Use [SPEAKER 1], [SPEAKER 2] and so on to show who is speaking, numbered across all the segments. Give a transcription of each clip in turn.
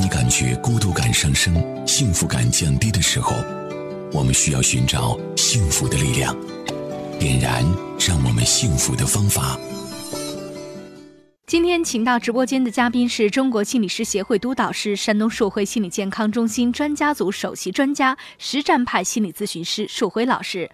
[SPEAKER 1] 你感觉孤独感上升、幸福感降低的时候，我们需要寻找幸福的力量，点燃让我们幸福的方法。
[SPEAKER 2] 今天请到直播间的嘉宾是中国心理师协会督导师、山东硕辉心理健康中心专家组首席专家、实战派心理咨询师硕辉老师。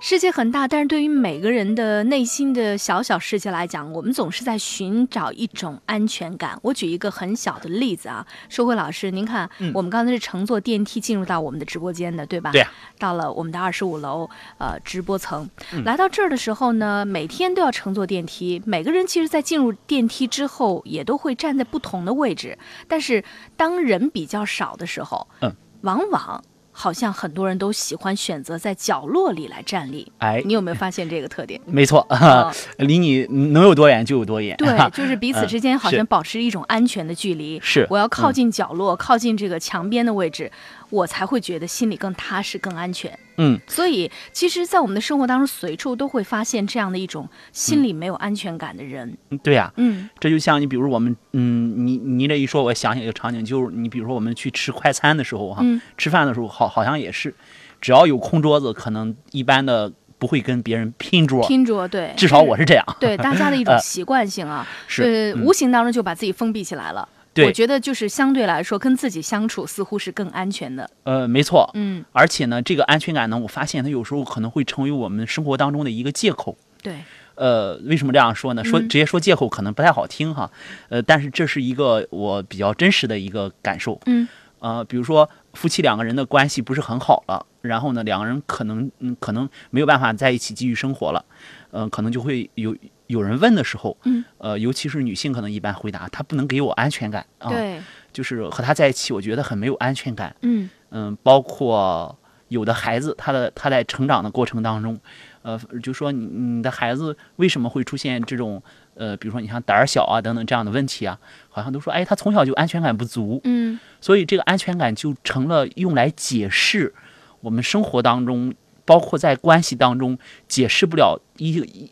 [SPEAKER 2] 世界很大，但是对于每个人的内心的小小世界来讲，我们总是在寻找一种安全感。我举一个很小的例子啊，硕辉老师，您看，
[SPEAKER 3] 嗯
[SPEAKER 2] 我们刚才是乘坐电梯进入到我们的直播间的，对吧？
[SPEAKER 3] 对啊
[SPEAKER 2] 到了我们的二十五楼，呃，直播层。
[SPEAKER 3] 嗯
[SPEAKER 2] 来到这儿的时候呢，每天都要乘坐电梯。每个人其实，在进入电梯之后，也都会站在不同的位置。但是，当人比较少的时候，
[SPEAKER 3] 嗯，
[SPEAKER 2] 往往好像很多人都喜欢选择在角落里来站立。
[SPEAKER 3] 哎，
[SPEAKER 2] 你有没有发现这个特点？
[SPEAKER 3] 没错，
[SPEAKER 2] 啊
[SPEAKER 3] 离你能有多远就有多 远。
[SPEAKER 2] 对，就是彼此之间好像
[SPEAKER 3] 嗯是
[SPEAKER 2] 保持一种安全的距离。
[SPEAKER 3] 是嗯
[SPEAKER 2] 我要靠近角落，靠近这个墙边的位置，我才会觉得心里更踏实、更安全。
[SPEAKER 3] 嗯，
[SPEAKER 2] 所以，其实，在我们的生活当中，随处都会发现这样的一种
[SPEAKER 3] 嗯
[SPEAKER 2] 心里没有安全感的人。
[SPEAKER 3] 对呀、
[SPEAKER 2] 嗯，
[SPEAKER 3] 这就像你，比如我们，嗯，你你这一说，我想起一个场景，就是你比如说我们去吃快餐的时候哈，
[SPEAKER 2] 嗯
[SPEAKER 3] 吃饭的时候好好像也是，只要有空桌子，可能一般的不会跟别人拼桌，
[SPEAKER 2] 拼桌对，
[SPEAKER 3] 至少我是这样。
[SPEAKER 2] 对大家的 一种
[SPEAKER 3] 呃
[SPEAKER 2] 习惯性啊，
[SPEAKER 3] 是嗯
[SPEAKER 2] 呃，无形当中就把自己封闭起来了。
[SPEAKER 3] 对
[SPEAKER 2] 我觉得就是相对来说，跟自己相处似乎是更安全的。
[SPEAKER 3] 呃，没错。
[SPEAKER 2] 嗯，
[SPEAKER 3] 而且呢，这个安全感呢，我发现它有时候可能会成为我们生活当中的一个借口。
[SPEAKER 2] 对，
[SPEAKER 3] 呃，为什么这样说呢？说
[SPEAKER 2] 嗯
[SPEAKER 3] 直接说借口可能不太好听哈，呃，但是这是一个我比较真实的一个感受。
[SPEAKER 2] 嗯，
[SPEAKER 3] 呃，比如说夫妻两个人的关系不是很好了，然后呢，两个人可能嗯可能没有办法在一起继续生活了，嗯、可能就会有有人问的时候，
[SPEAKER 2] 嗯，
[SPEAKER 3] 呃，尤其是女性可能一般回答她不能给我安全感啊，
[SPEAKER 2] 对，
[SPEAKER 3] 就是和他在一起我觉得很没有安全感，
[SPEAKER 2] 嗯，
[SPEAKER 3] 嗯，包括有的孩子，他的他在成长的过程当中，呃，就说你你的孩子为什么会出现这种呃，比如说你像胆儿小啊等等这样的问题啊，好像都说哎，他从小就安全感不足，
[SPEAKER 2] 嗯，
[SPEAKER 3] 所以这个安全感就成了用来解释我们生活当中，包括在关系当中解释不了一一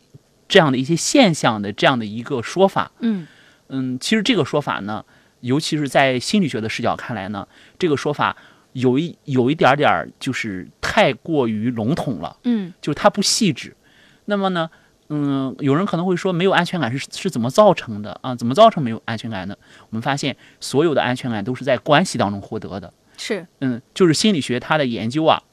[SPEAKER 3] 这样的一些现象的这样的一个说法。
[SPEAKER 2] 嗯，
[SPEAKER 3] 嗯，其实这个说法呢，尤其是在心理学的视角看来呢，这个说法有一有一点点儿就是太过于笼统了，
[SPEAKER 2] 嗯，
[SPEAKER 3] 就是它不细致。那么呢，嗯，有人可能会说没有安全感是是怎么造成的啊？怎么造成没有安全感的？我们发现所有的安全感都是在关系当中获得的。
[SPEAKER 2] 是，
[SPEAKER 3] 嗯，就是心理学它的研究啊，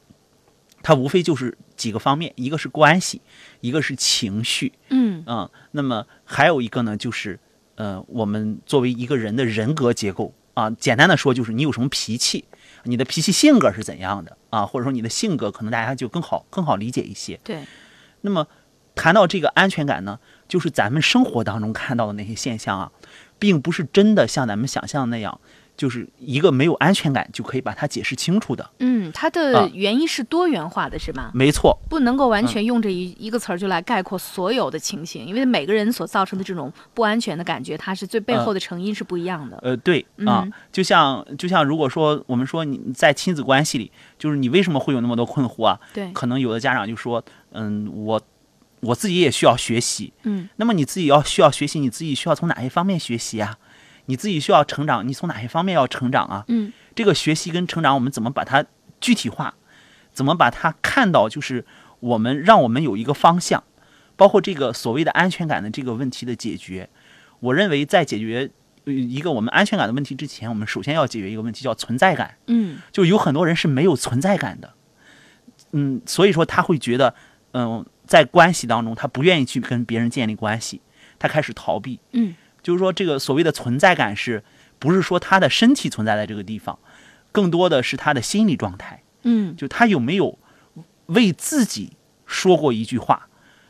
[SPEAKER 3] 它无非就是几个方面，一个是关系，一个是情绪，
[SPEAKER 2] 嗯，
[SPEAKER 3] 嗯，那么还有一个呢，就是呃，我们作为一个人的人格结构啊，简单的说就是你有什么脾气，你的脾气性格是怎样的啊，或者说你的性格可能大家就更好更好理解一些。
[SPEAKER 2] 对，
[SPEAKER 3] 那么谈到这个安全感呢，就是咱们生活当中看到的那些现象啊，并不是真的像咱们想象的那样，就是一个没有安全感就可以把它解释清楚的。
[SPEAKER 2] 嗯，它的
[SPEAKER 3] 啊嗯
[SPEAKER 2] 原因是多元化的，是吧？
[SPEAKER 3] 没错，
[SPEAKER 2] 不能够完全用这一一个词儿就来概括所有的情形，因为每个人所造成的这种不安全的感觉，它是最背
[SPEAKER 3] 嗯
[SPEAKER 2] 后的成因是不一样的。
[SPEAKER 3] 呃，对啊，
[SPEAKER 2] 嗯
[SPEAKER 3] 就像就像如果说我们说你在亲子关系里，就是你为什么会有那么多困惑啊？
[SPEAKER 2] 对，
[SPEAKER 3] 可能有的家长就说，嗯，我我自己也需要学习。
[SPEAKER 2] 嗯，
[SPEAKER 3] 那么你自己要需要学习，你自己需要从哪些方面学习啊？你自己需要成长，你从哪些方面要成长啊？
[SPEAKER 2] 嗯，
[SPEAKER 3] 这个学习跟成长，我们怎么把它具体化？怎么把它看到？就是我们让我们有一个方向，包括这个所谓的安全感的这个问题的解决。我认为，在解决呃一个我们安全感的问题之前，我们首先要解决一个问题，叫存在感。
[SPEAKER 2] 嗯，
[SPEAKER 3] 就有很多人是没有存在感的，嗯，所以说他会觉得，嗯，在关系当中，他不愿意去跟别人建立关系，他开始逃避，
[SPEAKER 2] 嗯，
[SPEAKER 3] 就是说这个所谓的存在感是不是说他的身体存在在这个地方，更多的是他的心理状态，
[SPEAKER 2] 嗯，
[SPEAKER 3] 就他有没有为自己说过一句话，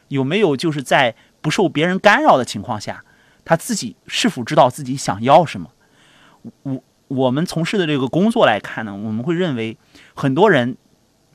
[SPEAKER 3] 有没有就是在不受别人干扰的情况下，他自己是否知道自己想要什么？我我们从事的这个工作来看呢，我们会认为很多人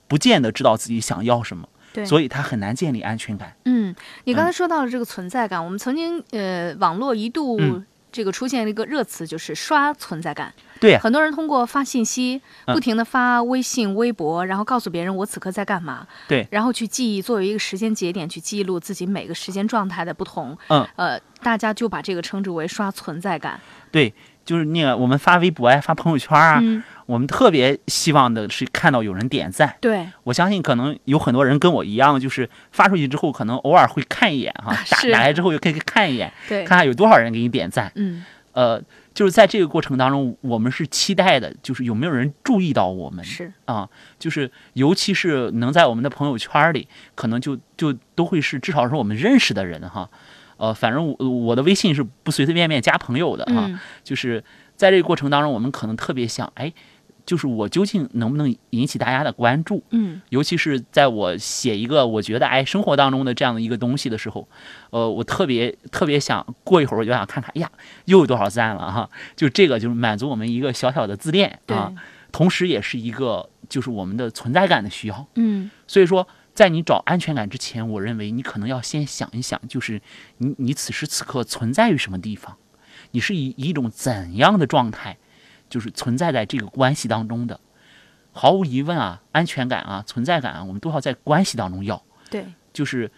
[SPEAKER 3] 不见得知道自己想要什么，
[SPEAKER 2] 对。
[SPEAKER 3] 所以他很难建立安全感。
[SPEAKER 2] 嗯，你刚才说到了这个存在感，我们曾经呃，网络一度
[SPEAKER 3] 嗯
[SPEAKER 2] 这个出现了一个热词，就是刷存在感。
[SPEAKER 3] 对啊呀
[SPEAKER 2] 很多人通过发信息，
[SPEAKER 3] 哎嗯
[SPEAKER 2] 不停的发微信、微博，然后告诉别人我此刻在干嘛，
[SPEAKER 3] 对，
[SPEAKER 2] 然后去记忆作为一个时间节点去记录自己每个时间状态的不同。
[SPEAKER 3] 嗯，
[SPEAKER 2] 呃，大家就把这个称之为刷存在感。
[SPEAKER 3] 对，就是那个我们发微博呀、发朋友圈啊，
[SPEAKER 2] 嗯，
[SPEAKER 3] 我们特别希望的是看到有人点赞。
[SPEAKER 2] 对，
[SPEAKER 3] 我相信可能有很多人跟我一样，就是发出去之后，可能偶尔会看一眼哈，打
[SPEAKER 2] 啊是
[SPEAKER 3] 打开之后又可以看一眼，
[SPEAKER 2] 对，
[SPEAKER 3] 看看有多少人给你点赞。
[SPEAKER 2] 嗯，
[SPEAKER 3] 呃，就是在这个过程当中，我们是期待的，就是有没有人注意到我们
[SPEAKER 2] 是，
[SPEAKER 3] 啊，就是尤其是能在我们的朋友圈里，可能就就都会是至少是我们认识的人哈。呃，反正我我的微信是不随随便便加朋友的哈，
[SPEAKER 2] 嗯，
[SPEAKER 3] 就是在这个过程当中，我们可能特别想，哎，就是我究竟能不能引起大家的关注？
[SPEAKER 2] 嗯，
[SPEAKER 3] 尤其是在我写一个我觉得哎生活当中的这样的一个东西的时候，呃，我特别特别想过一会儿我就想看看，哎呀，又有多少赞了哈，就这个就是满足我们一个小小的自恋
[SPEAKER 2] 对，
[SPEAKER 3] 啊，同时也是一个就是我们的存在感的需要。
[SPEAKER 2] 嗯，
[SPEAKER 3] 所以说，在你找安全感之前，我认为你可能要先想一想，就是你你此时此刻存在于什么地方，你是以以一种怎样的状态，就是存在在这个关系当中的。毫无疑问啊，安全感啊，存在感啊，我们都要在关系当中要。
[SPEAKER 2] 对，
[SPEAKER 3] 就是，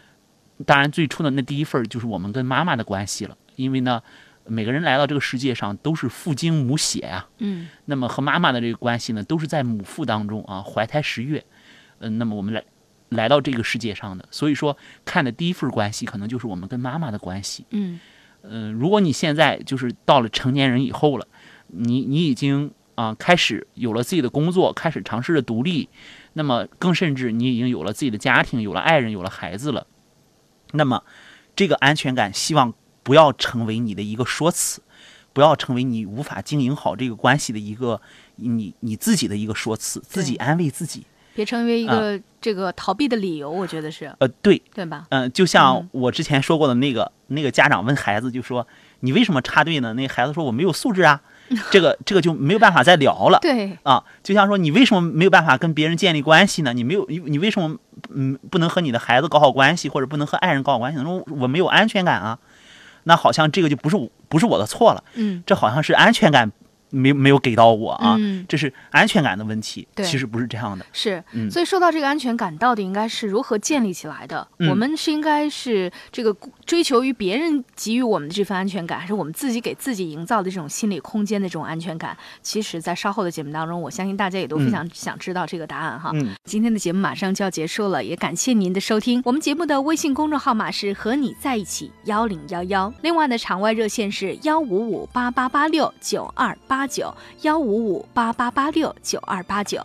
[SPEAKER 3] 当然最初的那第一份儿就是我们跟妈妈的关系了，因为呢，每个人来到这个世界上都是父精母血啊，
[SPEAKER 2] 嗯，
[SPEAKER 3] 那么和妈妈的这个关系呢，都是在母腹当中啊，怀胎十月，嗯、那么我们来来到这个世界上的，所以说看的第一份关系可能就是我们跟妈妈的关系。
[SPEAKER 2] 嗯，
[SPEAKER 3] 嗯、如果你现在就是到了成年人以后了，你你已经啊、开始有了自己的工作，开始尝试着独立，那么更甚至你已经有了自己的家庭，有了爱人，有了孩子了，那么这个安全感，希望不要成为你的一个说辞，不要成为你无法经营好这个关系的一个你你自己的一个说辞，自己安慰自己。
[SPEAKER 2] 别成为一
[SPEAKER 3] 啊
[SPEAKER 2] 个这个逃避的理由，我觉得是
[SPEAKER 3] 呃，对，
[SPEAKER 2] 对吧？
[SPEAKER 3] 嗯、就
[SPEAKER 2] 嗯
[SPEAKER 3] 像我之前说过的那个那个家长问孩子就说你为什么插队呢？那个孩子说我没有素 质啊，这个这个就没有办法再聊了。
[SPEAKER 2] 对，
[SPEAKER 3] 啊，就像说你为什么没有办法跟别人建立关系呢？你没有你你为什么嗯不能和你的孩子搞好关系，或者不能和爱人搞好关系呢？说我没有安全感啊，那好像这个就不是我不是我的错了，
[SPEAKER 2] 嗯，
[SPEAKER 3] 这好像是安全感没没有给到我啊，
[SPEAKER 2] 嗯
[SPEAKER 3] 这是安全感的问题，
[SPEAKER 2] 对
[SPEAKER 3] 其实不是这样的，
[SPEAKER 2] 是，
[SPEAKER 3] 嗯
[SPEAKER 2] 所以说到这个安全感到底应该是如何建立起来的？
[SPEAKER 3] 嗯
[SPEAKER 2] 我们是应该是这个追求于别人给予我们的这份安全感，还是我们自己给自己营造的这种心理空间的这种安全感？其实，在稍后的节目当中，我相信大家也都非常想知道这个答案哈。
[SPEAKER 3] 嗯，
[SPEAKER 2] 今天的节目马上就要结束了，也感谢您的收听。我们节目的微信公众号码是和你在一起幺零幺幺，另外呢，场外热线是幺五五八八八六九二八九幺五五八八八六九二八九。